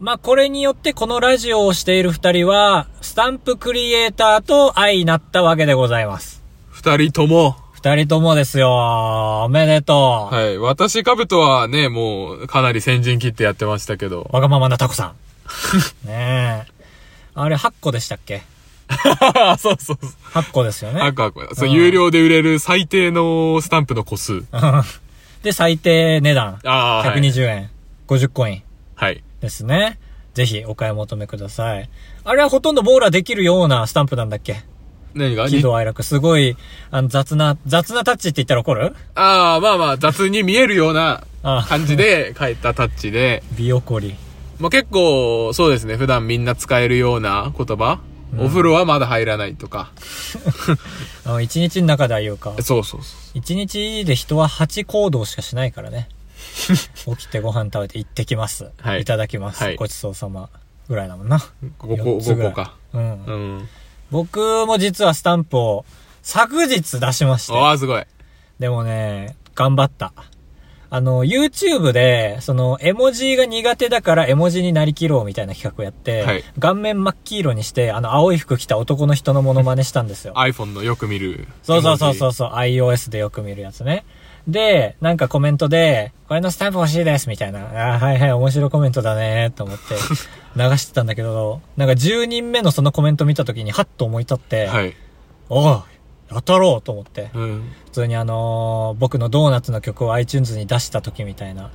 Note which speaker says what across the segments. Speaker 1: まあ、これによってこのラジオをしている二人は、スタンプクリエイターと相なったわけでございます。
Speaker 2: 二人とも。
Speaker 1: 二人ともですよ。おめでとう。
Speaker 2: はい。私、カブトはね、もう、かなり先陣切ってやってましたけ ど。
Speaker 1: わがままなタコさん。 ねえ。あれ8個でしたっけ
Speaker 2: そうそうそう。
Speaker 1: ?8 個ですよね。
Speaker 2: あくあく。そう、
Speaker 1: うん
Speaker 2: 有料で売れる最低のスタンプの個数。
Speaker 1: で、最低値段。
Speaker 2: ああ、はい。
Speaker 1: 120円、50コイン
Speaker 2: はい。
Speaker 1: ですね。ぜひお買い求めください。あれはほとんど網羅できるようなスタンプなんだっけ
Speaker 2: 何が
Speaker 1: 喜怒哀楽。すごい、あの、雑な、雑なタッチって言ったら怒る
Speaker 2: ああ、まあまあ、雑に見えるような
Speaker 1: ああ
Speaker 2: 感じで書いたタッチで、
Speaker 1: 美怒り。
Speaker 2: まあ結構、そうですね、普段みんな使えるような言葉。お風呂はまだ入らないとか。
Speaker 1: あの、一日の中では言うか。
Speaker 2: そうそうそ
Speaker 1: 一日で人は8行動しかしないから ね。起きてご飯食べて行ってきます。
Speaker 2: はい
Speaker 1: い。ただきます。
Speaker 2: はい
Speaker 1: ごちそうさま。ぐらいだもんな。
Speaker 2: う。ここ、
Speaker 1: 四つ
Speaker 2: こ
Speaker 1: ぐらい
Speaker 2: こか。
Speaker 1: うん。
Speaker 2: うん。
Speaker 1: 僕も実はスタンプを昨日出しまして。
Speaker 2: ああ、すごい。
Speaker 1: でもね、頑張った。あの、YouTube で、その、絵文字が苦手だから絵文字になりきろうみたいな企画をやって、
Speaker 2: はい
Speaker 1: 顔面真っ黄色にして、あの、青い服着た男の人のモノマネしたんですよ。
Speaker 2: iPhone のよく見る。
Speaker 1: そうそうそうそうそう、iOS でよく見るやつね。で、なんかコメントで、これのスタンプ欲しいですみたいな、あーはいはい、面白いコメントだねと思って、 流してたんだけど、なんか10人目のそのコメント見た時に、はっと思い立って、
Speaker 2: はい。
Speaker 1: おい、やったろうと思って、
Speaker 2: うん。
Speaker 1: 普通にあのー僕のドーナツの曲を iTunes に出した時みたいな、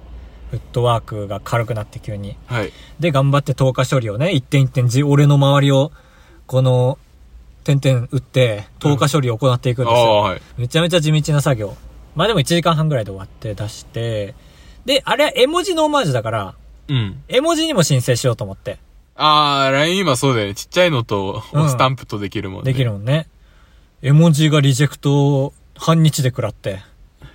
Speaker 1: フットワークが軽くなって急に。
Speaker 2: はい。
Speaker 1: で、頑張って透過処理をね、一点一点じ、俺の周りを、この、点々打って、透過処理を行っていくん
Speaker 2: あ
Speaker 1: ですよ。
Speaker 2: あ、はい。
Speaker 1: めちゃめちゃ地道な作業。まあでも1時間半ぐらいで終わって出して、で、あれは絵文字のオマージュだから、
Speaker 2: うん。
Speaker 1: 絵文字にも申請しようと思って。
Speaker 2: ああ、LINE 今そうだよね。ちっちゃいのと、
Speaker 1: うん
Speaker 2: スタンプとできるもんね。
Speaker 1: できるもんね。絵文字がリジェクトを半日で食らって。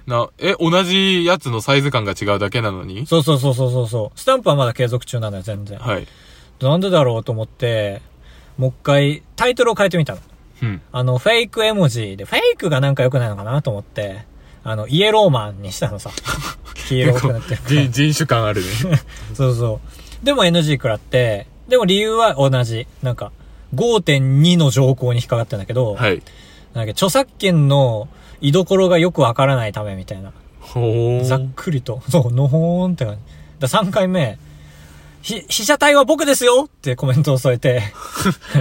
Speaker 2: な、え、同じやつのサイズ感が違うだけなのに
Speaker 1: そうそうそうそうそうそう。スタンプはまだ継続中なのよ、全然。
Speaker 2: はい。
Speaker 1: なんでだろうと思って、もう一回、タイトルを変えてみたの。
Speaker 2: うん。
Speaker 1: あの、フェイク絵文字で、フェイクがなんか良くないのかなと思って、あの、イエローマンにしたのさ。黄色くなってるから。
Speaker 2: 人人種感あるね。
Speaker 1: そうそう。でも NG 食らって、でも理由は同じ。なんか、5.2の条項に引っかかってんだけど、
Speaker 2: はい。
Speaker 1: なんか著作権の居所がよくわからないためみたいな。
Speaker 2: ほ
Speaker 1: ざっ
Speaker 2: ー。
Speaker 1: くりと。 そう、のほーんって感じ。だ3回目、ひ、被写体は僕ですよってコメントを添え て、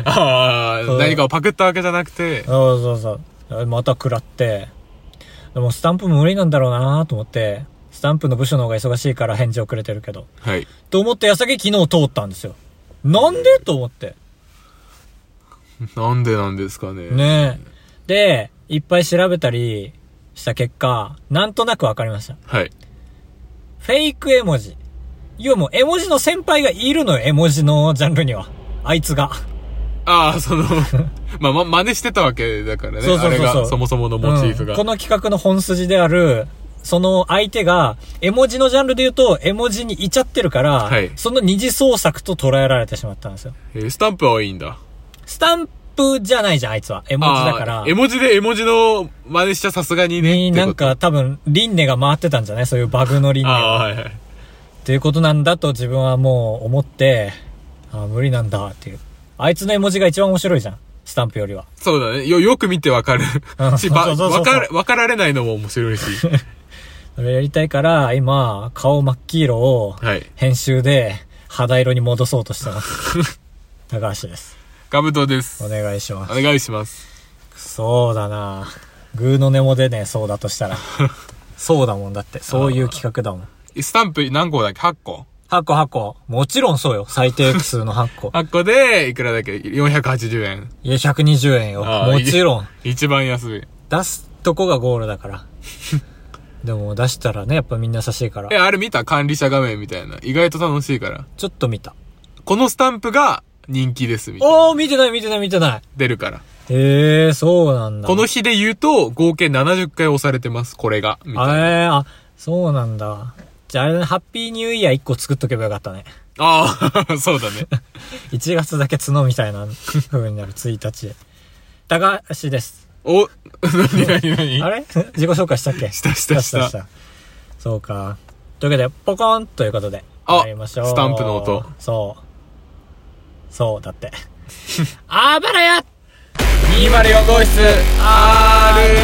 Speaker 2: あ
Speaker 1: そ
Speaker 2: あ、
Speaker 1: う
Speaker 2: 何かをパクったわけじゃなくて、
Speaker 1: そうそうそう。また食らって。でもスタンプも無理なんだろうなと思って、スタンプの部署の方が忙しいから返事遅れてるけど。
Speaker 2: はい。
Speaker 1: と思って矢先昨日通ったんですよ。なんでと思って。
Speaker 2: なんでなんですかね。
Speaker 1: ねえ。で、いっぱい調べたりした結果、なんとなくわかりました。
Speaker 2: はい。
Speaker 1: フェイク絵文字。要はもう絵文字の先輩がいるのよ、絵文字のジャンルには。あいつが。
Speaker 2: ああ、その、 まあ、ま、真似してたわけだからね。
Speaker 1: そうそうそうそう
Speaker 2: あれが、そもそものモチーフ
Speaker 1: う
Speaker 2: が。
Speaker 1: んこの企画の本筋である、その相手が、絵文字のジャンルで言うと、絵文字にいちゃってるから、
Speaker 2: はい
Speaker 1: その二次創作と捉えられてしまったんですよ。
Speaker 2: えースタンプはいいんだ。
Speaker 1: スタンプじゃないじゃん、あいつは。絵文字だか
Speaker 2: あ
Speaker 1: ら
Speaker 2: ー絵。文字で絵文字の真似しちゃさすがにね。
Speaker 1: に、
Speaker 2: って
Speaker 1: な
Speaker 2: こ
Speaker 1: ん
Speaker 2: と
Speaker 1: か多分、輪廻が回ってたんじゃないそういうバグの輪廻
Speaker 2: あ
Speaker 1: が
Speaker 2: あ、。はいはい。
Speaker 1: っていうことなんだと自分はもう思って、ああ、無理なんだっていう。あいつの絵文字が一番面白いじゃん。スタンプよりは。
Speaker 2: そうだね。よ、よく見てわかる
Speaker 1: うん。
Speaker 2: し、ば、
Speaker 1: そうそうそうそう
Speaker 2: わから、わかられないのも面白いし。
Speaker 1: それやりたいから、今、顔真っ黄色を、
Speaker 2: はい。
Speaker 1: 編集で肌色に戻そうとしてます。高橋です。
Speaker 2: ガブトです。
Speaker 1: お
Speaker 2: お
Speaker 1: 願いします。
Speaker 2: 願いします。
Speaker 1: そうだなグーの根も出ねえ、そうだとしたら。そうだもんだって。そういう企画だもん。
Speaker 2: スタンプ何個だっけ ?8 個。
Speaker 1: 8個8個。もちろんそうよ。最低数の8個。
Speaker 2: 8個で、いくらだっけ ?480 円。
Speaker 1: いや、120円よ。
Speaker 2: ああ
Speaker 1: もちろん。
Speaker 2: 一番安い。
Speaker 1: 出すとこがゴールだから。 でも出したらね、やっぱみんな優しいから
Speaker 2: え、。あれ見た管理者画面みたいな。意外と楽しいから。
Speaker 1: ちょっと見た。
Speaker 2: このスタンプが人気です、みたいな。
Speaker 1: おー、見てない見てない見てない。
Speaker 2: 出るから。
Speaker 1: へえー、そうなんだ。
Speaker 2: この日で言うと、合計70回押されてます、これが。みたいな。
Speaker 1: えー、あ、そうなんだ。じゃああれだね、ハッピーニューイヤー1個作っとけばよかったね。
Speaker 2: ああ、 そうだね。
Speaker 1: 1月だけ角みたいな風になる、1日。高橋です。
Speaker 2: お、 なになに
Speaker 1: あ
Speaker 2: な
Speaker 1: れ
Speaker 2: に
Speaker 1: 自己紹介したっけ
Speaker 2: したしたした
Speaker 1: そうか。というわけで、ポコンということで、
Speaker 2: あ
Speaker 1: やりましょう。
Speaker 2: スタンプの音。
Speaker 1: そう。そう、だって。あばらや
Speaker 2: 204号室 R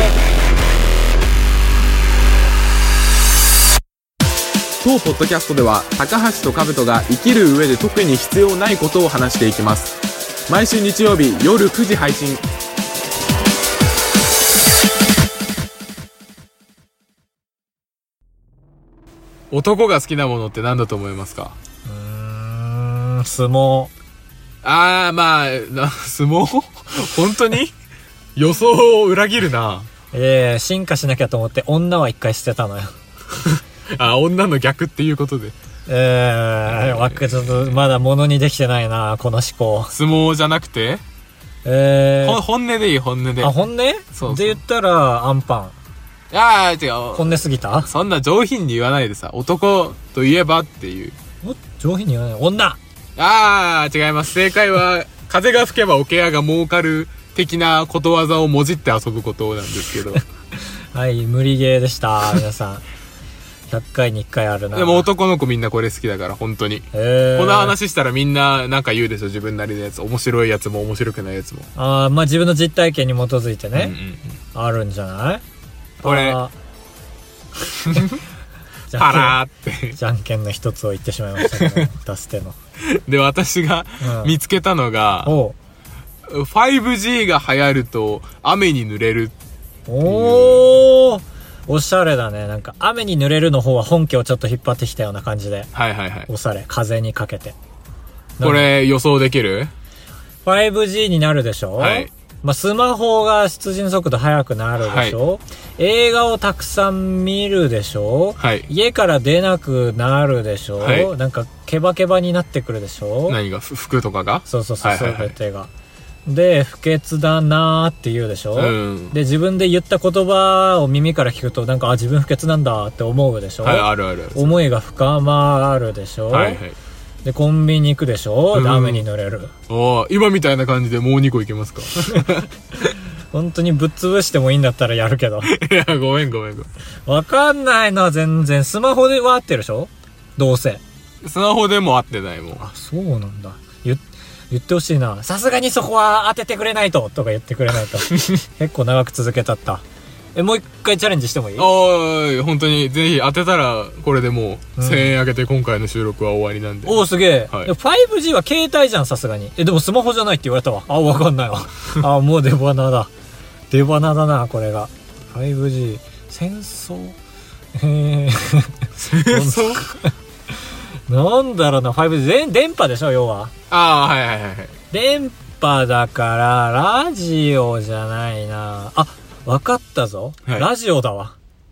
Speaker 2: 当ポッドキャストでは高橋と兜が生きる上で特に必要ないことを話していきます毎週日曜日夜9時配信男が好きなものって何だと思いますか
Speaker 1: うーん、相撲。
Speaker 2: ああ、まあ、な、相撲 本当に 予想を裏切るな。
Speaker 1: ええ進化しなきゃと思って女は一回捨てたのよ。
Speaker 2: あ、女の逆っていうことで。
Speaker 1: ええわかちょっとまだ物にできてないな、この思考。
Speaker 2: 相撲じゃなくて、
Speaker 1: ええ
Speaker 2: ほ本音でいい、本音で。
Speaker 1: あ、
Speaker 2: あ
Speaker 1: 本音
Speaker 2: そう
Speaker 1: で言ったら、アンパン。
Speaker 2: あー、違う。
Speaker 1: 本音すぎた
Speaker 2: そんな上品に言わないでさ、男といえばっていう。
Speaker 1: も上品に言わない。女
Speaker 2: ああ、違います。正解は、 風が吹けば桶屋が儲かる的なことわざをもじって遊ぶことなんです けど。
Speaker 1: はい、無理ゲーでした、皆さん。100回に1回あるな。
Speaker 2: でも、男の子みんなこれ好きだから、本当に。
Speaker 1: ええ
Speaker 2: この話したらみんななんか言うでしょ自分なりのやつ面白いやつも面白くないやつも、
Speaker 1: ああ、まあ自分の実体験に基づいて
Speaker 2: うんう
Speaker 1: ね、
Speaker 2: んうん
Speaker 1: あるんじゃない
Speaker 2: これ
Speaker 1: あー じゃん
Speaker 2: パ
Speaker 1: けん
Speaker 2: ラーっ
Speaker 1: じゃんけんの一つを言ってしまいましたけど、出す 手の。
Speaker 2: て で私が
Speaker 1: うん
Speaker 2: 見つけたのが
Speaker 1: おう
Speaker 2: 5G が流行ると雨に濡れる
Speaker 1: おーおしゃれだね。なんか、雨に濡れるの方は本家をちょっと引っ張ってきたような感じで。
Speaker 2: はいはいはい
Speaker 1: おしゃれ。風にかけて。
Speaker 2: これ予想できる
Speaker 1: 5G になるでしょ
Speaker 2: はい。
Speaker 1: まあ、スマホが出陣速度速くなるでしょ、映画をたくさん見るでしょ
Speaker 2: はい
Speaker 1: 家から出なくなるでしょ、
Speaker 2: はい
Speaker 1: なんか、ケバケバになってくるでしょ
Speaker 2: 何がふ服とかが
Speaker 1: そうそうそう、
Speaker 2: はいはい
Speaker 1: 全
Speaker 2: はい
Speaker 1: てが。で、不潔だなーって言うでしょ、
Speaker 2: うん
Speaker 1: で、自分で言った言葉を耳から聞くと、なんか、あ、自分不潔なんだって思うでしょ、
Speaker 2: はいあるあるある
Speaker 1: 思いが深まるでしょ、
Speaker 2: はいはい
Speaker 1: で、コンビニ行くでしょ、
Speaker 2: うん
Speaker 1: で雨に濡れる。
Speaker 2: おー今みたいな感じでもう2個いけま すか
Speaker 1: 本当にぶっ潰してもいいんだったらやる けど。
Speaker 2: いやごめんごめんごめ
Speaker 1: わかんないな、全然。スマホでは合ってるでしょどうせ。
Speaker 2: んスマホでも合ってないもん
Speaker 1: あ、そうなんだ。言っ、言ってほしいな。さすがにそこは当ててくれないととか言ってくれない と。結構長く続けたった。え、もう一回チャレンジしてもいい
Speaker 2: おーい本当にぜひ当てたらこれでもう1000円あげて今回の収録は終わりなんで
Speaker 1: おおすげえ、
Speaker 2: はい
Speaker 1: でも 5G は携帯じゃんさすがにえでもスマホじゃないって言われたわあわかんない わあもう出花だ出花だなこれが 5G 戦争え
Speaker 2: えそう
Speaker 1: ー、 なんだろうな 5G 全電波でしょ要は
Speaker 2: ああ、はいはいはいはい。
Speaker 1: 電波だからラジオじゃないなあわかったぞ、
Speaker 2: はい
Speaker 1: ラジオだわ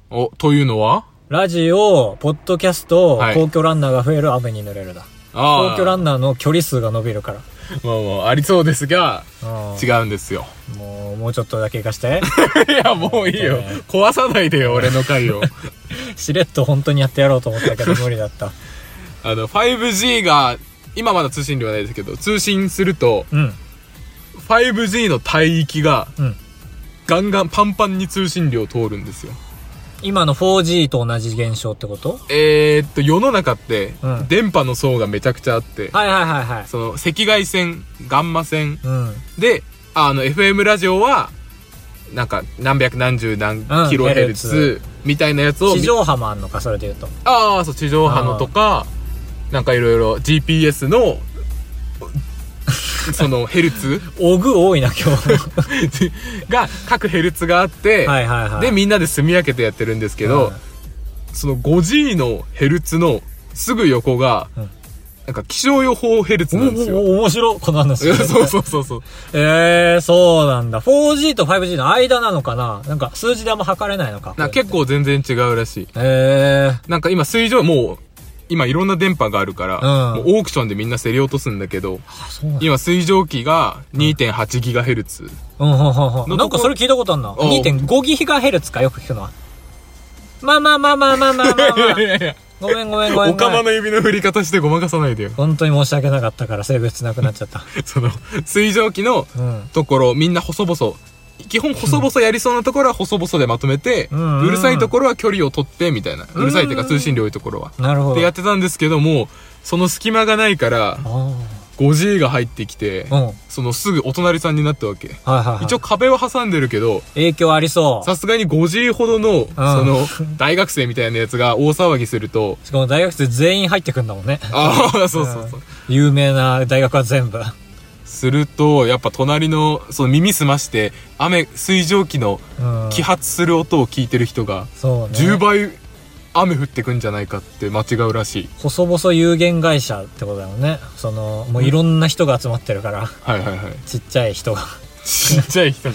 Speaker 2: お、というのは
Speaker 1: ラジオ、ポッドキャスト、
Speaker 2: はい
Speaker 1: 公共ランナーが増える雨に濡れるだ。
Speaker 2: あ
Speaker 1: 公共ラ
Speaker 2: ン
Speaker 1: ンナーの距離数が伸びるから。
Speaker 2: まあまあ、ありそうですが、
Speaker 1: うん
Speaker 2: 違うんですよ。
Speaker 1: もう、もうちょっとだけ行かして。
Speaker 2: いや、もういいよ
Speaker 1: え。
Speaker 2: 壊さないでよ、俺の回を。
Speaker 1: しれっと本当にやってやろうと思った けど無理だった。
Speaker 2: あの、5G が、今まだ通信量はないですけど、通信すると、
Speaker 1: うん。
Speaker 2: 5G の帯域が、
Speaker 1: うん
Speaker 2: ガンガンパンパンに通信量通るんですよ。
Speaker 1: 今の 4G と同じ現象ってこと
Speaker 2: えー、っと、世の中って、
Speaker 1: うん
Speaker 2: 電波の層がめちゃくちゃあって、
Speaker 1: はいはいはいはい。
Speaker 2: その、赤外線、ガンマ線、
Speaker 1: うん。
Speaker 2: で、あの、FM ラジオは、なんか、何百何十何
Speaker 1: うん
Speaker 2: キロヘル
Speaker 1: ヘル
Speaker 2: ツみたいなやつを見、
Speaker 1: 地上波もあんのか、それで言うと。
Speaker 2: ああ、そう、地上波のとか、なんかいろいろ GPS の、そのヘルツ
Speaker 1: おぐ多いな、今 日。
Speaker 2: が、各ヘルツがあって、
Speaker 1: はいはいはい。
Speaker 2: で、みんなで住み分けてやってるんですけど、その 5G のヘルツのすぐ横が、
Speaker 1: うん
Speaker 2: なんか気象予報ヘルツ
Speaker 1: うん、
Speaker 2: なんです
Speaker 1: お
Speaker 2: よ。
Speaker 1: おお面白いこの話。
Speaker 2: そうそうそうそう。
Speaker 1: えー、そうなんだ。4G と 5G の間なのかななんか数字であんま測れないのか。
Speaker 2: な結構全然違うらしい。
Speaker 1: えー、
Speaker 2: なんか今水上もう、今いろんな電波があるか
Speaker 1: う
Speaker 2: ら、
Speaker 1: ん
Speaker 2: もうオークションでみんな競り落とすんだけど、
Speaker 1: あ、そうなんだ。
Speaker 2: 今水蒸気が 2.8GHz。
Speaker 1: うん、ほんほんほん。
Speaker 2: の
Speaker 1: なんかそれ聞いたことあんな。
Speaker 2: お
Speaker 1: 2.5ギガヘルツか、よく聞くのは。まあまあまあまあまあまあまあ まあ。
Speaker 2: いやいや、
Speaker 1: ごめんごめんごめんごめん。
Speaker 2: お釜の指の振り方してごまかさないでよ。
Speaker 1: 本当に申し訳なかったから性別なくなっちゃった。
Speaker 2: その、水蒸気の
Speaker 1: うん。
Speaker 2: ところ、みんな細々、基本細々やりそうなところは細々でまとめて、
Speaker 1: うんうんうん
Speaker 2: うるさいところは距離を取って、みたいな。
Speaker 1: うん
Speaker 2: うるさいっていうか通信量多いところは。
Speaker 1: なるほ
Speaker 2: で
Speaker 1: ど。
Speaker 2: やってたんですけども、その隙間がないから、
Speaker 1: あ
Speaker 2: 5G が入ってきて
Speaker 1: あ。、うん。はい
Speaker 2: そのすぐお隣さんになったわけ。
Speaker 1: はいはい。
Speaker 2: 一応壁を挟んでるけど、
Speaker 1: 影響ありそう。
Speaker 2: さすがに 5G ほどの、その、大学生みたいなやつが大騒ぎすると、
Speaker 1: しかも大学生全員入ってくんだもんね。
Speaker 2: ああ、そうそうそう。
Speaker 1: 有名な大学は全部。
Speaker 2: すると、やっぱ隣の、その耳澄まして、雨、水蒸気の
Speaker 1: うん。
Speaker 2: 揮発する音を聞いてる人が、
Speaker 1: そうね。
Speaker 2: 10倍雨降ってくんじゃないかって間違うらしい。
Speaker 1: 細々有限会社ってことだもんね。その、もういろんな人が集まってるから、
Speaker 2: はいはいはい。
Speaker 1: ちっちゃい人が。
Speaker 2: ちっちゃい人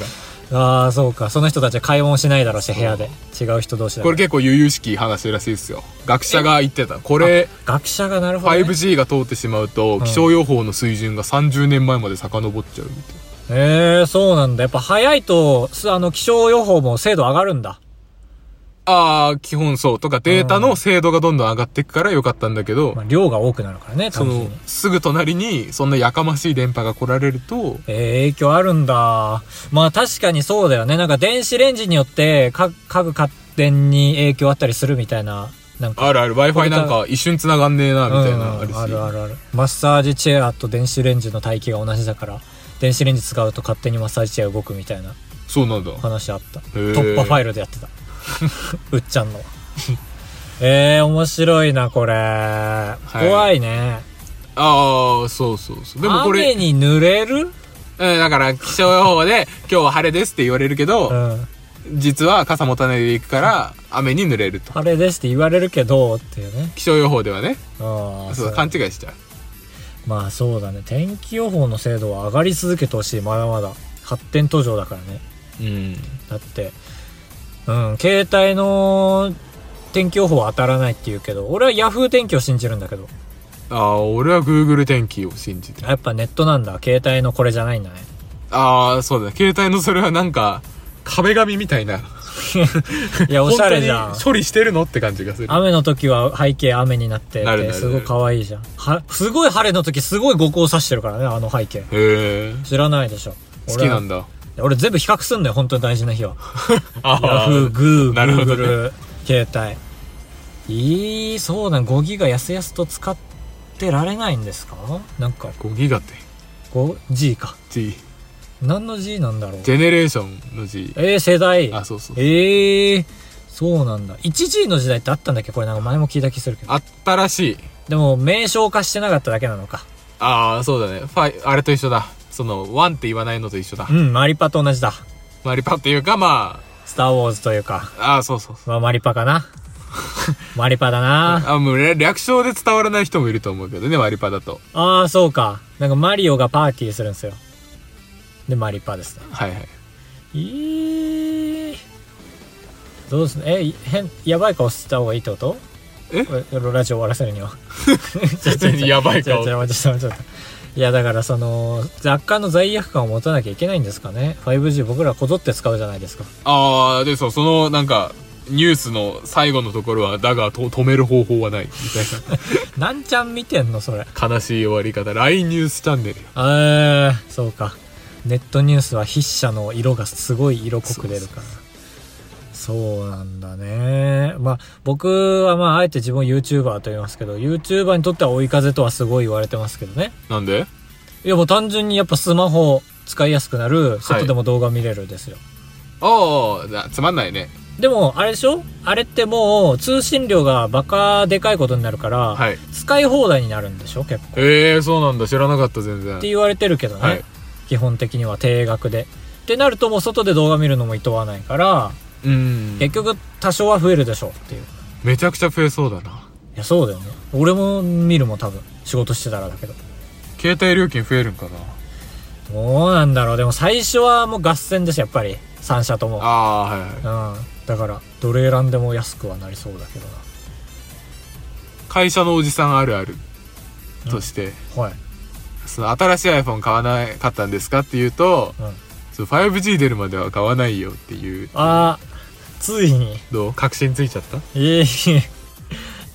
Speaker 2: が。
Speaker 1: ああ、そうか。その人たちは会話もしないだろうし、部屋で。違う人同士だか
Speaker 2: こ
Speaker 1: ら
Speaker 2: れ結構悠々しき話らしいですよ。学者が言ってた。これ、
Speaker 1: 学者がなるほど、ね。
Speaker 2: 5G が通ってしまうと、気象予報の水準が30年前まで遡っちゃうみたいな。
Speaker 1: ええー、そうなんだ。やっぱ早いと、すあの、気象予報も精度上がるんだ。
Speaker 2: ああ、基本そう。とかデータの精度がどんどん上がっていくから良かったんだけど
Speaker 1: まあ、、量が多くなるからね、
Speaker 2: そ
Speaker 1: 単純
Speaker 2: の
Speaker 1: に。、
Speaker 2: すぐ隣に、そんなやかましい電波が来られると、
Speaker 1: ええー、影響あるんだ。まあ確かにそうだよね。なんか電子レンジによって、か家具発電に影響あったりするみたいな。なんか。
Speaker 2: あるある、Wi-Fi なんか一瞬繋がんねえな、みたいな、
Speaker 1: うん
Speaker 2: あるし。
Speaker 1: あるあるある。マッサージチェアと電子レンジの待機が同じだから、電子レンジ使うと勝手にマッサージチェア動くみたいな
Speaker 2: そうなんだ。
Speaker 1: 話あった。
Speaker 2: ー
Speaker 1: 突破ファイルでやってた。 うっちゃんの。 えー、面白いな、これ。
Speaker 2: い
Speaker 1: 怖いね。
Speaker 2: ああ、そうそうそう。でもこ
Speaker 1: 雨
Speaker 2: れ、
Speaker 1: に濡れる
Speaker 2: うん、だから気象予報で、今日は晴れですって言われるけ
Speaker 1: う
Speaker 2: ど、
Speaker 1: ん。
Speaker 2: 実は傘持たないで行くから、雨に濡れると。
Speaker 1: 晴れですって言われるけど、っていうね。
Speaker 2: 気象予報ではね、
Speaker 1: ああ、
Speaker 2: そう
Speaker 1: そう
Speaker 2: 勘違いしちゃう。
Speaker 1: まあそうだね。天気予報の精度は上がり続けてほしい。まだまだ。発展途上だからね。
Speaker 2: うん。
Speaker 1: だって、うん、携帯の天気予報は当たらないって言うけど、俺は Yahoo 天気を信じるんだけど。
Speaker 2: ああ、俺は Google 天気を信じてる。
Speaker 1: やっぱネットなんだ。携帯のこれじゃないんだ ね。
Speaker 2: ああ、そうだ。携帯のそれはなんか、壁紙みたいな。
Speaker 1: いや、おしゃれじゃん
Speaker 2: 本当。に処理してるのって感じがする。
Speaker 1: 雨の時は背景雨になって
Speaker 2: なるな
Speaker 1: て、
Speaker 2: る
Speaker 1: すごい可愛いじゃん。は、すごい晴れの時すごい五光さしてるからね、あの背景。
Speaker 2: へえ。
Speaker 1: 知らないでしょ。
Speaker 2: 好きなん
Speaker 1: だ。
Speaker 2: だ。
Speaker 1: 俺全部比較すんだよ、本当に大事な日は。
Speaker 2: あ
Speaker 1: ヤ
Speaker 2: あ
Speaker 1: フー、グー、グ
Speaker 2: なるほ
Speaker 1: ー
Speaker 2: どね
Speaker 1: グル、携帯。いい、そうなん、5ギガやすやすと使ってられないんですかなんか、
Speaker 2: 5ギガって。
Speaker 1: 5G か。
Speaker 2: G。
Speaker 1: 何の G なんだろう。
Speaker 2: ジェネレーションの G。
Speaker 1: えー、世代。
Speaker 2: あ、そうそう。
Speaker 1: えー、そうなんだ。1G の時代ってあったんだっけこれなんか前も聞いた気するけど。
Speaker 2: あったらしい。
Speaker 1: でも、名称化してなかっただけなのか。
Speaker 2: ああ、そうだね。ファイ、あれと一緒だ。その、ワンって言わないのと一緒だ
Speaker 1: う。ん、マリパと同じだ。
Speaker 2: マリパっていうか、ま
Speaker 1: スターウォーズというか、
Speaker 2: あ、ああ、そうそうそう。
Speaker 1: まあ、マリパか な。マリパだな。
Speaker 2: あもうれ略称で伝わらない人もいると思うけどね、マリパだと。
Speaker 1: ああ、そうか。なんかマリオがパーティーするんですよ。で、マリパですね。
Speaker 2: はいはい。
Speaker 1: いい。どうすんえ、い変、やばい顔した方がいいってこと
Speaker 2: え
Speaker 1: これラジオ終わらせるには。ちょちょちょ
Speaker 2: やばい
Speaker 1: ちょ
Speaker 2: 顔
Speaker 1: ちょ待ってちょっと待っていや、だからその、若干の罪悪感を持たなきゃいけないんですかね。5G 僕らこぞって使うじゃないですか。
Speaker 2: ああ、で、そう、その、なんか、ニュースの最後のところは、だが、と止める方法はない。み たい
Speaker 1: なんちゃん見てんのそれ。
Speaker 2: な。悲しい終わり方。LINE ニュースチャンネルよ。
Speaker 1: えー、そうか。ネットニュースは筆者の色がすごい色濃く出るから。そうなんだね。まあ、僕はまあ、あえて自分を YouTuber と言いますけど、YouTuber にとっては追い風とはすごい言われてますけどね。
Speaker 2: なんで
Speaker 1: いや、もう単純にやっぱスマホ使いやすくなる、外でも動画見れるですよ。
Speaker 2: ああな、つまんないね。
Speaker 1: でも、あれでしょあれってもう、通信量がバカでかいことになるから、
Speaker 2: はい。
Speaker 1: 使い放題になるんでしょ結構。っ
Speaker 2: ええそうなんだ。知らなかった、全然。
Speaker 1: て言われてるけどね。
Speaker 2: はい。
Speaker 1: 基本的には定額で。ってなるともう外で動画見るのも厭わないから、
Speaker 2: うん。
Speaker 1: 結局多少は増えるでしょうっていう。い
Speaker 2: めちゃくちゃ増えそうだな。
Speaker 1: や、そうだよね。俺も見るもん多分。仕事してたらだけど。
Speaker 2: 携帯料金増えるんかな。
Speaker 1: どうなんだろう。でも最初はもう合戦ですよやっぱり。三社とも。
Speaker 2: ああー、はいはい。
Speaker 1: うん。だから、どれ選んでも安くはなりそうだけど
Speaker 2: 会社のおじさんあるあるとして、
Speaker 1: な。はい。
Speaker 2: その新しい iPhone 買わなかったんですかって言うと、
Speaker 1: うん。
Speaker 2: その 5G 出るまでは買わないよっていう
Speaker 1: あー、ついに。
Speaker 2: どう確信ついちゃった
Speaker 1: ええち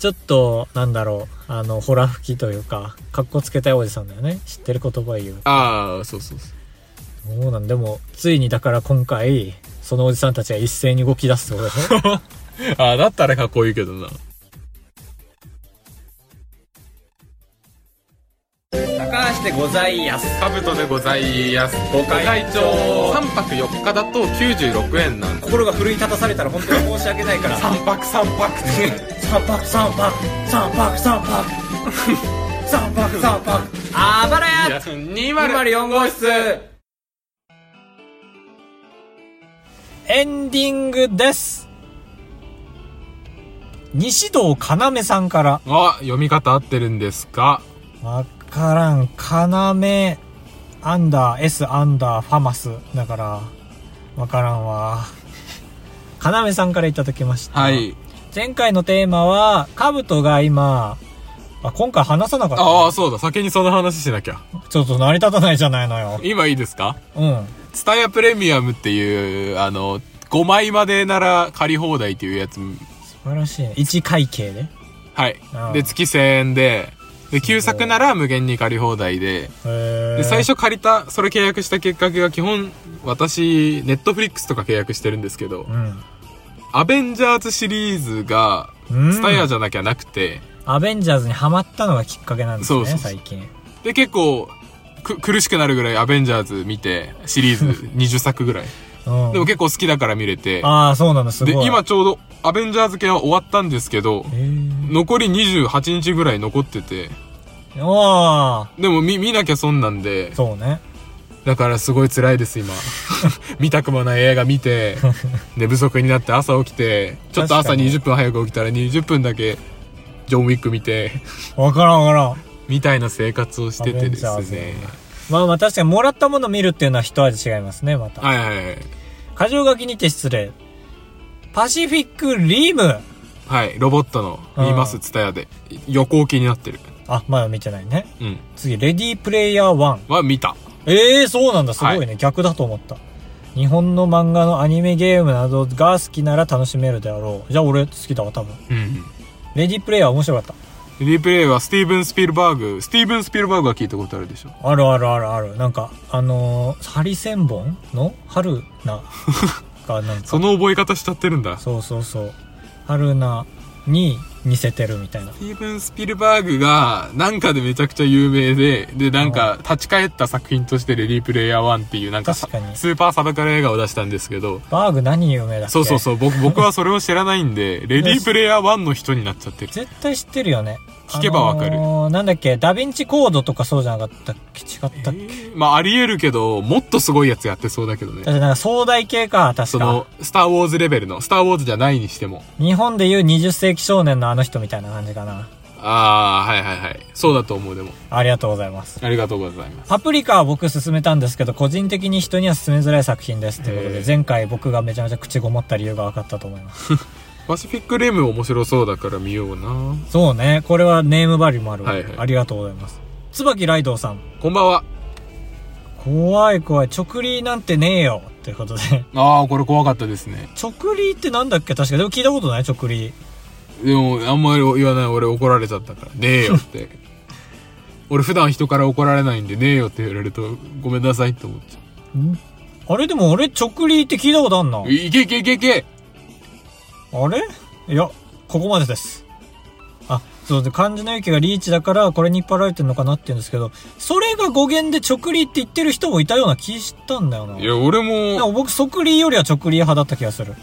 Speaker 1: ょっと、なんだろう。あの、ほら吹きというか、格好つけたいおじさんだよね。知ってる言葉言う。
Speaker 2: ああそうそうそう
Speaker 1: そうなんでも、ついにだから今回、そのおじさんたちが一斉に動き出すってことでしょ
Speaker 2: ああ、だったらかっこいいけどな。
Speaker 1: 高橋でございやす。
Speaker 2: カブトでございやす。ご
Speaker 1: 会長
Speaker 2: 3泊4日だと96円なんで。
Speaker 1: 心が奮い立たされたら本当に申し訳ないから。
Speaker 2: 3泊3泊って。
Speaker 1: 三泊三泊三泊三泊三泊三泊あばら
Speaker 2: い
Speaker 1: や
Speaker 2: や、204
Speaker 1: 204号室エンディングです西堂要さんから
Speaker 2: あ、読み方合ってるんですか
Speaker 1: わからん要アンダー S アンダーファマスだからわからんわ要さんからいただきました
Speaker 2: はい。
Speaker 1: 前回のテーマは、カブトが今、あ、今回話さなかった。
Speaker 2: ああ、そうだ。先にその話しなきゃ。
Speaker 1: ちょっと成り立たないじゃないのよ。
Speaker 2: 今いいですか
Speaker 1: うん。
Speaker 2: ツタヤプレミアムっていう、あの、5枚までなら借り放題っていうやつ。
Speaker 1: 素晴らしいね。一会計で。へ
Speaker 2: はい
Speaker 1: あ。ー
Speaker 2: で、月1000円で、で、旧作なら無限に借り放題で、
Speaker 1: ー
Speaker 2: で、最。初借りた、それ契約したきっかけが基本、私、ネットフリックスとか契約してるんですけど
Speaker 1: う、ん。
Speaker 2: アベンジャーズシリーズが、
Speaker 1: うん
Speaker 2: ツタヤじゃなきゃなくて、
Speaker 1: アベンジャーズにハマったのがきっかけなんですね、
Speaker 2: そうそうそう
Speaker 1: 最近。
Speaker 2: で、結構、く、苦しくなるぐらいアベンジャーズ見て、シリーズ 20作ぐらい。
Speaker 1: うん。
Speaker 2: でも結構好きだから見れて、
Speaker 1: ああ、そうなんだ、す
Speaker 2: で、
Speaker 1: ごい。
Speaker 2: 今、ちょうど、アベンジャーズ系は終わったんですけど、
Speaker 1: えー、
Speaker 2: 残り28日ぐらい残ってて、
Speaker 1: おー
Speaker 2: でも見、見なきゃ損なんで、
Speaker 1: そうね。
Speaker 2: だからすごい辛いです、今。 見たくもない映画 見て、寝不足になって朝起きて、ちょっと朝
Speaker 1: 確かに
Speaker 2: 20分早く起きたら20分だけ、ジョン・ウィック見て、
Speaker 1: わからんわからん。
Speaker 2: みたいな生活をして
Speaker 1: ア
Speaker 2: てです
Speaker 1: ベンジャー
Speaker 2: ね
Speaker 1: ズ。まあまあ確かにもらったもの見るっていうのは一味違いますね、また。
Speaker 2: はいはいはい。
Speaker 1: 箇条書きにて失礼。パシフィックリーム。
Speaker 2: はい、ロボットの、
Speaker 1: うん
Speaker 2: 見ます、ツタヤで。横置きになってる。
Speaker 1: あ、まだ見てないね。
Speaker 2: うん。
Speaker 1: 次、レディープレイヤー1。
Speaker 2: は見た。
Speaker 1: ええー、そうなんだ。すごいね、逆だと思った。日本の漫画のアニメゲームなどが好きなら楽しめるであろう。じゃあ俺好きだわ、多分。
Speaker 2: うん。
Speaker 1: レディープレイヤー面白かった。
Speaker 2: リプレイはスティーブン・スピルバーグ。スティーブン・スピルバーグは聞いたことあるでしょ。
Speaker 1: あるあるあるある。なんか、あのー、ハリセンボンの春菜がなんか、
Speaker 2: その覚え方しちゃってるんだ。
Speaker 1: そうそうそう。春菜に似せてるみたいな
Speaker 2: ス。ティーブン・スピルバーグが、なんかでめちゃくちゃ有名で、で、なんか、立ち返った作品として、レディープレイヤー1っていう、なんかさ、
Speaker 1: 確かに
Speaker 2: スーパーサブカル映画を出したんですけど、
Speaker 1: バーグ何有名だっけ
Speaker 2: そうそうそう、 僕、僕はそれを知らないんで、レディープレイヤー1の人になっちゃってる。
Speaker 1: 絶対知ってるよね。
Speaker 2: 聞けばわかる
Speaker 1: あのーなんだっけ、ダヴィンチコードとかそうじゃなかったっけ違ったっけ、
Speaker 2: えーまあ、あり得るけど、もっとすごいやつやってそうだけどね
Speaker 1: だ。ってなんか壮大系か、確か。
Speaker 2: その、スター・ウォーズレベルの、スター・ウォーズじゃないにしても。
Speaker 1: 日本でいう20世紀少年のあの人みたいな感じかな。
Speaker 2: ああ、はいはいはい。そうだと思う、でも。
Speaker 1: ありがとうございます。
Speaker 2: ありがとうございます。
Speaker 1: パプリカは僕勧めたんですけど、個人的に人には勧めづらい作品です。ということ
Speaker 2: へ
Speaker 1: で、
Speaker 2: ー
Speaker 1: 前回僕がめちゃめちゃ口ごもった理由が分かったと思います。
Speaker 2: パシフィック・レム面白そうだから見ような。
Speaker 1: そうね、これはネームバリューもあるわ、
Speaker 2: はいはい
Speaker 1: ありがとうございます。椿ライドウさん。
Speaker 2: こんばんは。
Speaker 1: 怖い怖い、直リなんてねえよ。ということで。
Speaker 2: ああ、これ怖かったですね。
Speaker 1: 直リってなんだっけ確か。でも聞いたことない直リ。
Speaker 2: でも、あんまり言わない俺怒られちゃったから。ねえよ って。俺普段人から怒られないんで、ねえよって言われると、ごめんなさいって思っちゃ
Speaker 1: あれでも俺直リって聞いたことあんな。
Speaker 2: う。いけいけいけいけ
Speaker 1: あれいや、ここまでです。あ、そうで、漢字の雪がリーチだから、これに引っ張られてんのかなって言うんですけど、それが語源で直リって言ってる人もいたような気したんだよな。
Speaker 2: い
Speaker 1: で
Speaker 2: や、俺も、
Speaker 1: も僕、即リよりは直リ派だった気がする。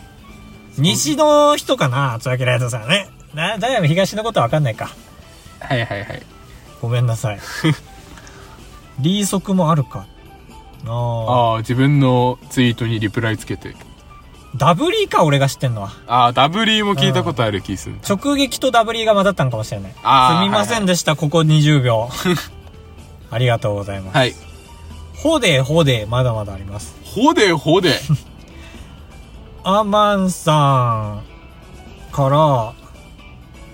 Speaker 1: 西の人かなつわけライトさんはね。な、だいぶ東のことはわかんないか。
Speaker 2: はいはいはい。
Speaker 1: ごめんなさい。リー即もあるか。ああ。
Speaker 2: ああ、自分のツイートにリプライつけて。
Speaker 1: ダブリーか、俺が知ってんのは。
Speaker 2: ああ、ダブリーも聞いたことある気する。
Speaker 1: 直撃とダブリーが混ざったんかもしれない。す
Speaker 2: あー
Speaker 1: みませんでした、ここ20秒。ありがとうございます。
Speaker 2: はい。
Speaker 1: ほでほで、まだまだあります。
Speaker 2: ほでほで。
Speaker 1: アマンさんから、は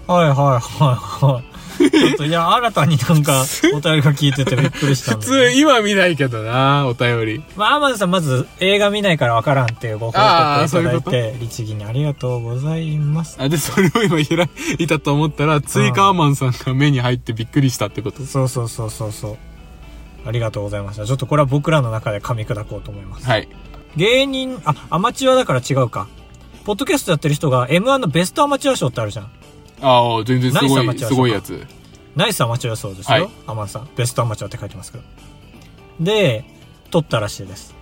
Speaker 1: いはいはいはい。ちょっと、いや、新たになんか、お便りが聞いててびっくりしたん
Speaker 2: 普
Speaker 1: で。
Speaker 2: 通、今見ないけどな、お便り。
Speaker 1: まあ、アマンさん、まず、映画見ないからわからんっていうご報告をい
Speaker 2: あー
Speaker 1: ただい
Speaker 2: そうい
Speaker 1: て、律儀にありがとうございます。
Speaker 2: あ、で、それを今開いたと思ったら、追加アーマンさんが目に入ってびっくりしたってこと。
Speaker 1: そうそうそうそうそう。ありがとうございました。ちょっとこれは僕らの中で噛み砕こうと思います。
Speaker 2: はい。
Speaker 1: 芸人、あ、アマチュアだから違うか。ポッドキャストやってる人が M1 のベストアマチュア賞ってあるじゃん。
Speaker 2: ああ、全然すご
Speaker 1: ナイスアマ
Speaker 2: い、
Speaker 1: チュア
Speaker 2: すごいやつ。
Speaker 1: ナイスアマチュア賞です
Speaker 2: は
Speaker 1: よ。
Speaker 2: い
Speaker 1: アマンさん。ベストアマチュアって書いてますけど。で、取ったらしいです。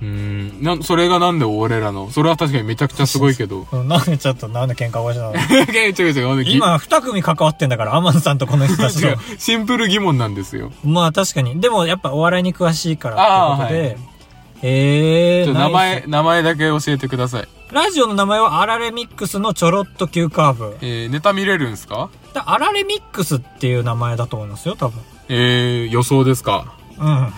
Speaker 2: うーん。なん、それがなんで俺らの、それは確かにめちゃくちゃすごいけ ど。
Speaker 1: うんなんでちょっと、なんで喧嘩腰 なの
Speaker 2: 違う違う違うなんでぎ、
Speaker 1: 今、二組関わってんだから、アマンさんとこの人たち
Speaker 2: 違
Speaker 1: の
Speaker 2: う。、シンプル疑問なんですよ。
Speaker 1: まあ確かに。でもやっぱお笑いに詳しいからってことで、え
Speaker 2: ち
Speaker 1: ー、
Speaker 2: ょ名
Speaker 1: ナイ
Speaker 2: 前、名前だけ教えてください。
Speaker 1: ス。ラジオの名前はアラレミックスのちょろっと急カーブ。
Speaker 2: えー、ネタ見れるんすか
Speaker 1: だアラレミックスっていう名前だと思いますよ、多分。
Speaker 2: えー、予想ですか
Speaker 1: うん。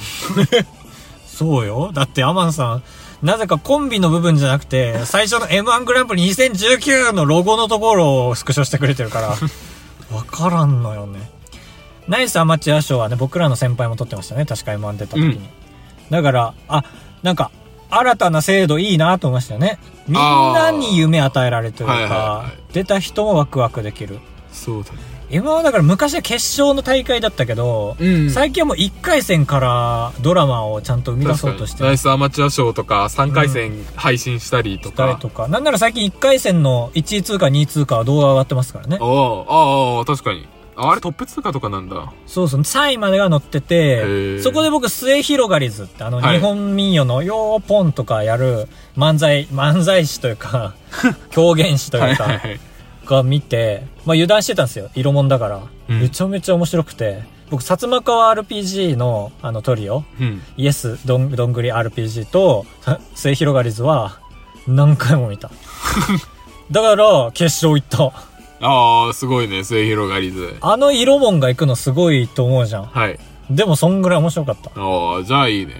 Speaker 1: そうよ。だってアマンさん、なぜかコンビの部分じゃなくて、最初の M1 グランプリ2019のロゴのところをスクショしてくれてるから、わからんのよね。ナイスアマチュア賞はね、僕らの先輩も取ってましたね。確か M1 出た時に。
Speaker 2: うん
Speaker 1: だから、あ、なんか、新たな制度いいなと思いましたよね。みんなに夢与えられてるという
Speaker 2: あーはいはい
Speaker 1: か
Speaker 2: は、
Speaker 1: 出た人もワクワクできる。
Speaker 2: そうだね。
Speaker 1: 今はだから昔は決勝の大会だったけど、
Speaker 2: うん
Speaker 1: 最近はもう1回戦からドラマをちゃんと生み出そうとして
Speaker 2: ナ
Speaker 1: る
Speaker 2: イスアマチュア賞とか、3回戦配信したりと
Speaker 1: 誰
Speaker 2: か。
Speaker 1: とかなんなら最近1回戦の1位通過2位通過は動画上がってますからね
Speaker 2: おーあーあー、確かに。ああれトップ通過とかなんだ。
Speaker 1: そうそう3位までが載ってて
Speaker 2: ー
Speaker 1: そこで僕末広がりずってあの
Speaker 2: はい
Speaker 1: 日本民謡のよーぽんとかやる漫才 漫才師というか 狂言師と
Speaker 2: はいいうはい
Speaker 1: か
Speaker 2: はい。
Speaker 1: が見てまあ油断してたんですよ色もんだから、
Speaker 2: うん
Speaker 1: めちゃめちゃ面白くて僕薩摩川 RPG のあのトリオ
Speaker 2: うん。
Speaker 1: イエスどんどんぐり RPG とさ末広がり図は何回も見 ただから決勝行った
Speaker 2: ああ、すごいね、末広がりず。
Speaker 1: あの色もんが行くのすごいと思うじゃん
Speaker 2: はい。
Speaker 1: でもそんぐらい面白かっ
Speaker 2: ああ、じゃあいいね。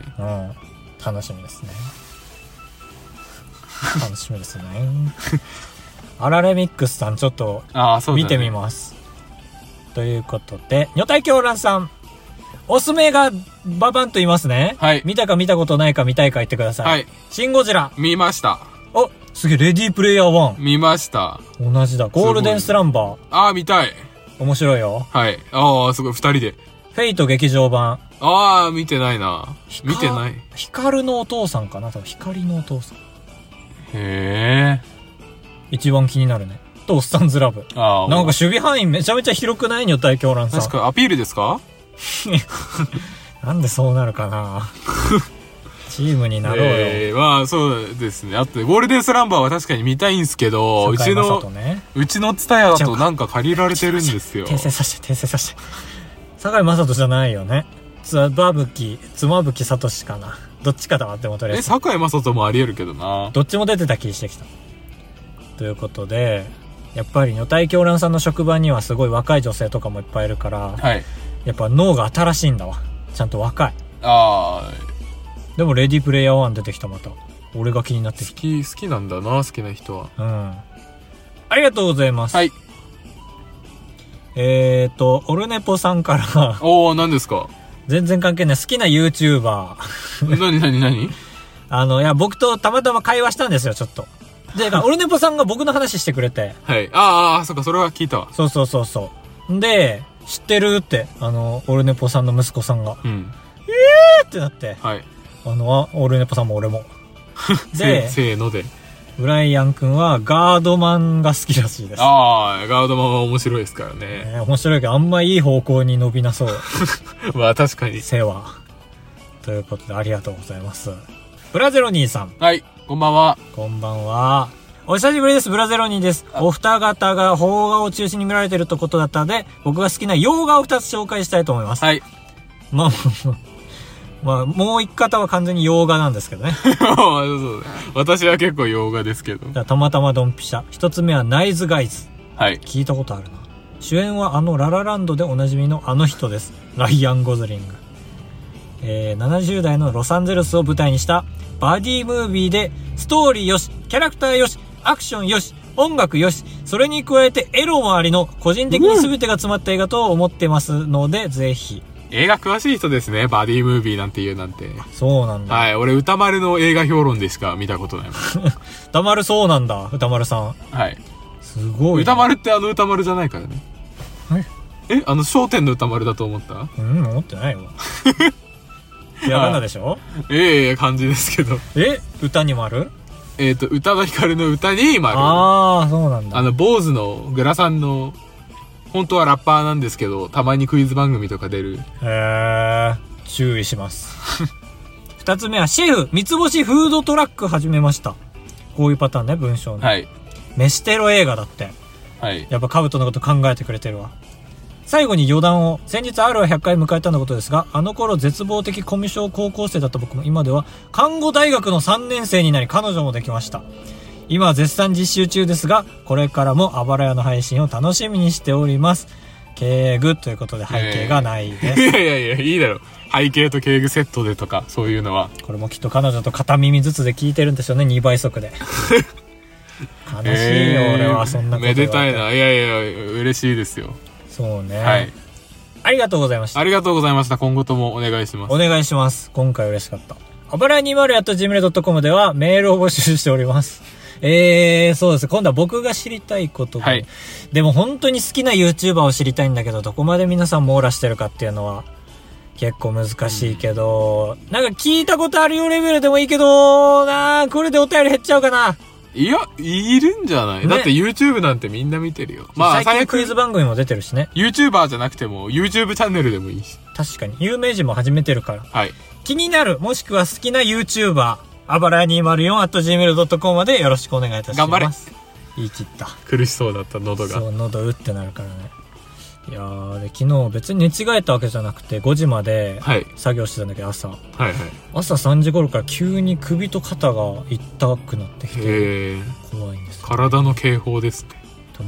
Speaker 1: たうん楽しみですね楽しみ ですねアラレミックスさんちょっと
Speaker 2: ああ、そうだね。
Speaker 1: 見てみます、ということで女体狂乱さんおすすめがババンと言いますね
Speaker 2: はい
Speaker 1: 見たか見たことないか見たいか言ってください、
Speaker 2: はい、
Speaker 1: シン・ゴジラ
Speaker 2: 見ました。
Speaker 1: あ、すげえ、レディープレイヤー
Speaker 2: 見ました。
Speaker 1: 1。同じだ。ゴールデンスランバ
Speaker 2: ああ、見たい。
Speaker 1: ー。面白いよ。
Speaker 2: はい。ああ、すごい、二人で。
Speaker 1: フェイト劇場版。
Speaker 2: ああ、見てないな。見てない。へ
Speaker 1: ヒカルのお父さんかな多分、ヒカリのお父さん。
Speaker 2: え。
Speaker 1: 一番気になるね。と、おっさんずラブ。
Speaker 2: ああ、
Speaker 1: なんか守備範囲めちゃめちゃ広くない女体狂乱さん。
Speaker 2: 確かにアピールですか
Speaker 1: なんでそうなるか なチームになろうよ。
Speaker 2: えーまあ、そうですね。あと、ゴールデンスランバーは確かに見たいんすけど、う
Speaker 1: 堺
Speaker 2: ち
Speaker 1: 雅
Speaker 2: の
Speaker 1: 人、ね。
Speaker 2: うちのツタヤだとなんか借りられてるんで すよ。
Speaker 1: 訂正させて、訂正させて。坂井雅人じゃないよね。つばぶき、つまぶきさとしかな。どっちかだわってもとりあえ
Speaker 2: え、
Speaker 1: ず。
Speaker 2: 坂井正人もあり得るけどな。
Speaker 1: どっちも出てた気してきた。ということで、やっぱり女体狂乱さんの職場にはすごい若い女性とかもいっぱいいるから、
Speaker 2: はい。
Speaker 1: やっぱ脳が新しいんだわ。ちゃんと若い。
Speaker 2: ああ、
Speaker 1: でもレディープレイヤー1出てきたまた。俺が気になって
Speaker 2: 好
Speaker 1: き
Speaker 2: き、好きなんだな、好きな人は。
Speaker 1: た。うん。ありがとうございます。
Speaker 2: はい。
Speaker 1: えーと、オルネポさんから、
Speaker 2: おー、何で すか
Speaker 1: 全然関係ない。好きな YouTuber。
Speaker 2: 何何何
Speaker 1: あの、いや、僕とたまたま会話したんですよ、ちょっと。で、オルネポさんが僕の話してくれて。
Speaker 2: はい。あーあー、そっか、それは聞いたわ。
Speaker 1: そうそうそうそう。で、知ってるって、あの、オルネポさんの息子さんが、
Speaker 2: うん。
Speaker 1: えってなって、
Speaker 2: はい。
Speaker 1: あの、あオルネポさんも 俺も。で
Speaker 2: せ、せーので。
Speaker 1: ブライアン君はガードマンが好きらしいです。
Speaker 2: ああ、ガードマンは面白いですからね。
Speaker 1: ね面白いけど、あんまいい方向に伸びな そう、
Speaker 2: まあ、確かに。
Speaker 1: 背は。ということで、ありがとうございます。ブラゼロニーさん、
Speaker 2: はい、こんばんは。
Speaker 1: こんばんは。お久しぶりです、ブラゼロニーです。お二方が邦画を中心に見られてるとことだったので、僕が好きな洋画を二つ紹介したいと思います。
Speaker 2: はい。
Speaker 1: まあ、まあ、もう一方は完全に洋画なんですけどね。
Speaker 2: そうそう私は結構洋画ですけど。
Speaker 1: じゃあたまたまドンピシャ。一つ目はナイズガイズ。
Speaker 2: はい。
Speaker 1: 聞いたことあるな。主演はあのララランドでおなじみのあの人です。ライアン・ゴズリング。えー、70代のロサンゼルスを舞台にしたバディムービーでストーリーよし、キャラクターよし、アクションよし、音楽よし、それに加えてエロもありの個人的に全てが詰まった映画と思ってますので、ぜひ。
Speaker 2: 映画詳しい人ですね、バディムービーなんて言うなんて。
Speaker 1: そうなんだ。
Speaker 2: はい、俺、歌丸の映画評論でしか見たことないもん。
Speaker 1: 歌丸そうなんだ、歌丸さん。
Speaker 2: はい。
Speaker 1: すごいね。
Speaker 2: 歌丸ってあの歌丸じゃないからね。えあの『笑点』の歌丸だと思った
Speaker 1: うん、思ってない わ。ひらがなでしょ
Speaker 2: ええ感じですけど
Speaker 1: え歌にもある
Speaker 2: えっ、と宇多田ヒカルの歌に丸あ
Speaker 1: ああ、そうなんだ。
Speaker 2: の坊主のグラさんの本当はラッパーなんですけどたまにクイズ番組とか出る
Speaker 1: えー、注意します。 二つ目は、シェフ、三つ星フードトラック始めました。こういうパターンね、文章の。
Speaker 2: はい
Speaker 1: 飯テロ映画だって。
Speaker 2: はい
Speaker 1: やっぱカブトのこと考えてくれてるわ。最後に余談を。先日 R は100回迎えたのことですが、あの頃絶望的コミュ障高校生だった僕も今では、看護大学の3年生になり彼女もできました。今は絶賛実習中ですが、これからもあばら屋の配信を楽しみにしております。敬具ということで背景がないです。
Speaker 2: いやいやいやいいだろ背景と敬具セットでとかそういうのは
Speaker 1: これもきっと彼女と片耳ずつで聞いてるんでしょうね、2倍速 で。悲しいよ、
Speaker 2: えー
Speaker 1: 俺は、そんなこと
Speaker 2: めでたい
Speaker 1: 言われて。
Speaker 2: ないやいや嬉しいですよ、
Speaker 1: そうね、
Speaker 2: はい
Speaker 1: ありがとうございました。
Speaker 2: ありがとうございました今後ともお願いします
Speaker 1: お願いします。今回嬉しかった。あばら 20.gmail.com ではメールを募集しております。えー、そうです。今度は僕が知りたいことが、
Speaker 2: はい
Speaker 1: でも本当に好きな YouTuber を知りたいんだけど、どこまで皆さん網羅してるかっていうのは、結構難しいけど、なんか聞いたことあるよレベルでもいいけど、なあこれでお便り減っちゃうかな。
Speaker 2: いやいるんじゃない、
Speaker 1: ね
Speaker 2: だって YouTube なんてみんな見てるよまあ
Speaker 1: 最
Speaker 2: 最
Speaker 1: 近クイ
Speaker 2: 悪
Speaker 1: ズ番組も出てるしね。
Speaker 2: YouTuber じゃなくても YouTube チャンネルでもいいし
Speaker 1: 確かに。有名人も始めてるから。
Speaker 2: はい
Speaker 1: 気になる、もしくは好きな YouTuber、あばら 204.gmail.com までよろしくお願いいたします。
Speaker 2: 頑張れ
Speaker 1: 言い切った。
Speaker 2: 苦しそうだった喉が
Speaker 1: そう、喉うってなるからね。いやー、で、昨日別に寝違えたわけじゃなくて、5時まで
Speaker 2: はい
Speaker 1: 作業してたんだけど、朝。
Speaker 2: はいはい
Speaker 1: 朝3時頃から急に首と肩が痛くなってきて、
Speaker 2: へえ
Speaker 1: 怖いんですよ。
Speaker 2: 体の警報ですね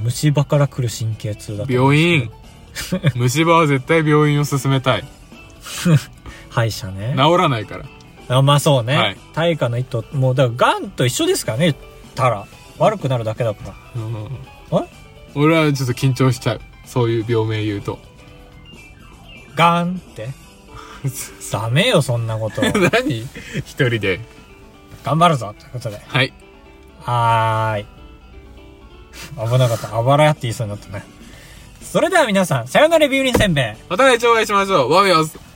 Speaker 1: 虫歯から来る神経痛だったんですけど。
Speaker 2: 病 院虫歯は絶対病院を勧めたい
Speaker 1: 歯医者ね。
Speaker 2: 治らないから
Speaker 1: あまあそうね、
Speaker 2: はい
Speaker 1: 対価の一途もうだからがんと一緒ですからね言ったら悪くなるだけだから
Speaker 2: うん
Speaker 1: あ
Speaker 2: 俺はちょっと緊張しちゃうそういう病名言うと
Speaker 1: がんってダメよそんなこと
Speaker 2: 何一人で
Speaker 1: 頑張るぞということで
Speaker 2: はい
Speaker 1: はーい危なかったあばらやって言いそうになったねそれでは皆さんさよならビューリンせんべい
Speaker 2: また来週お会いしましょうワミオス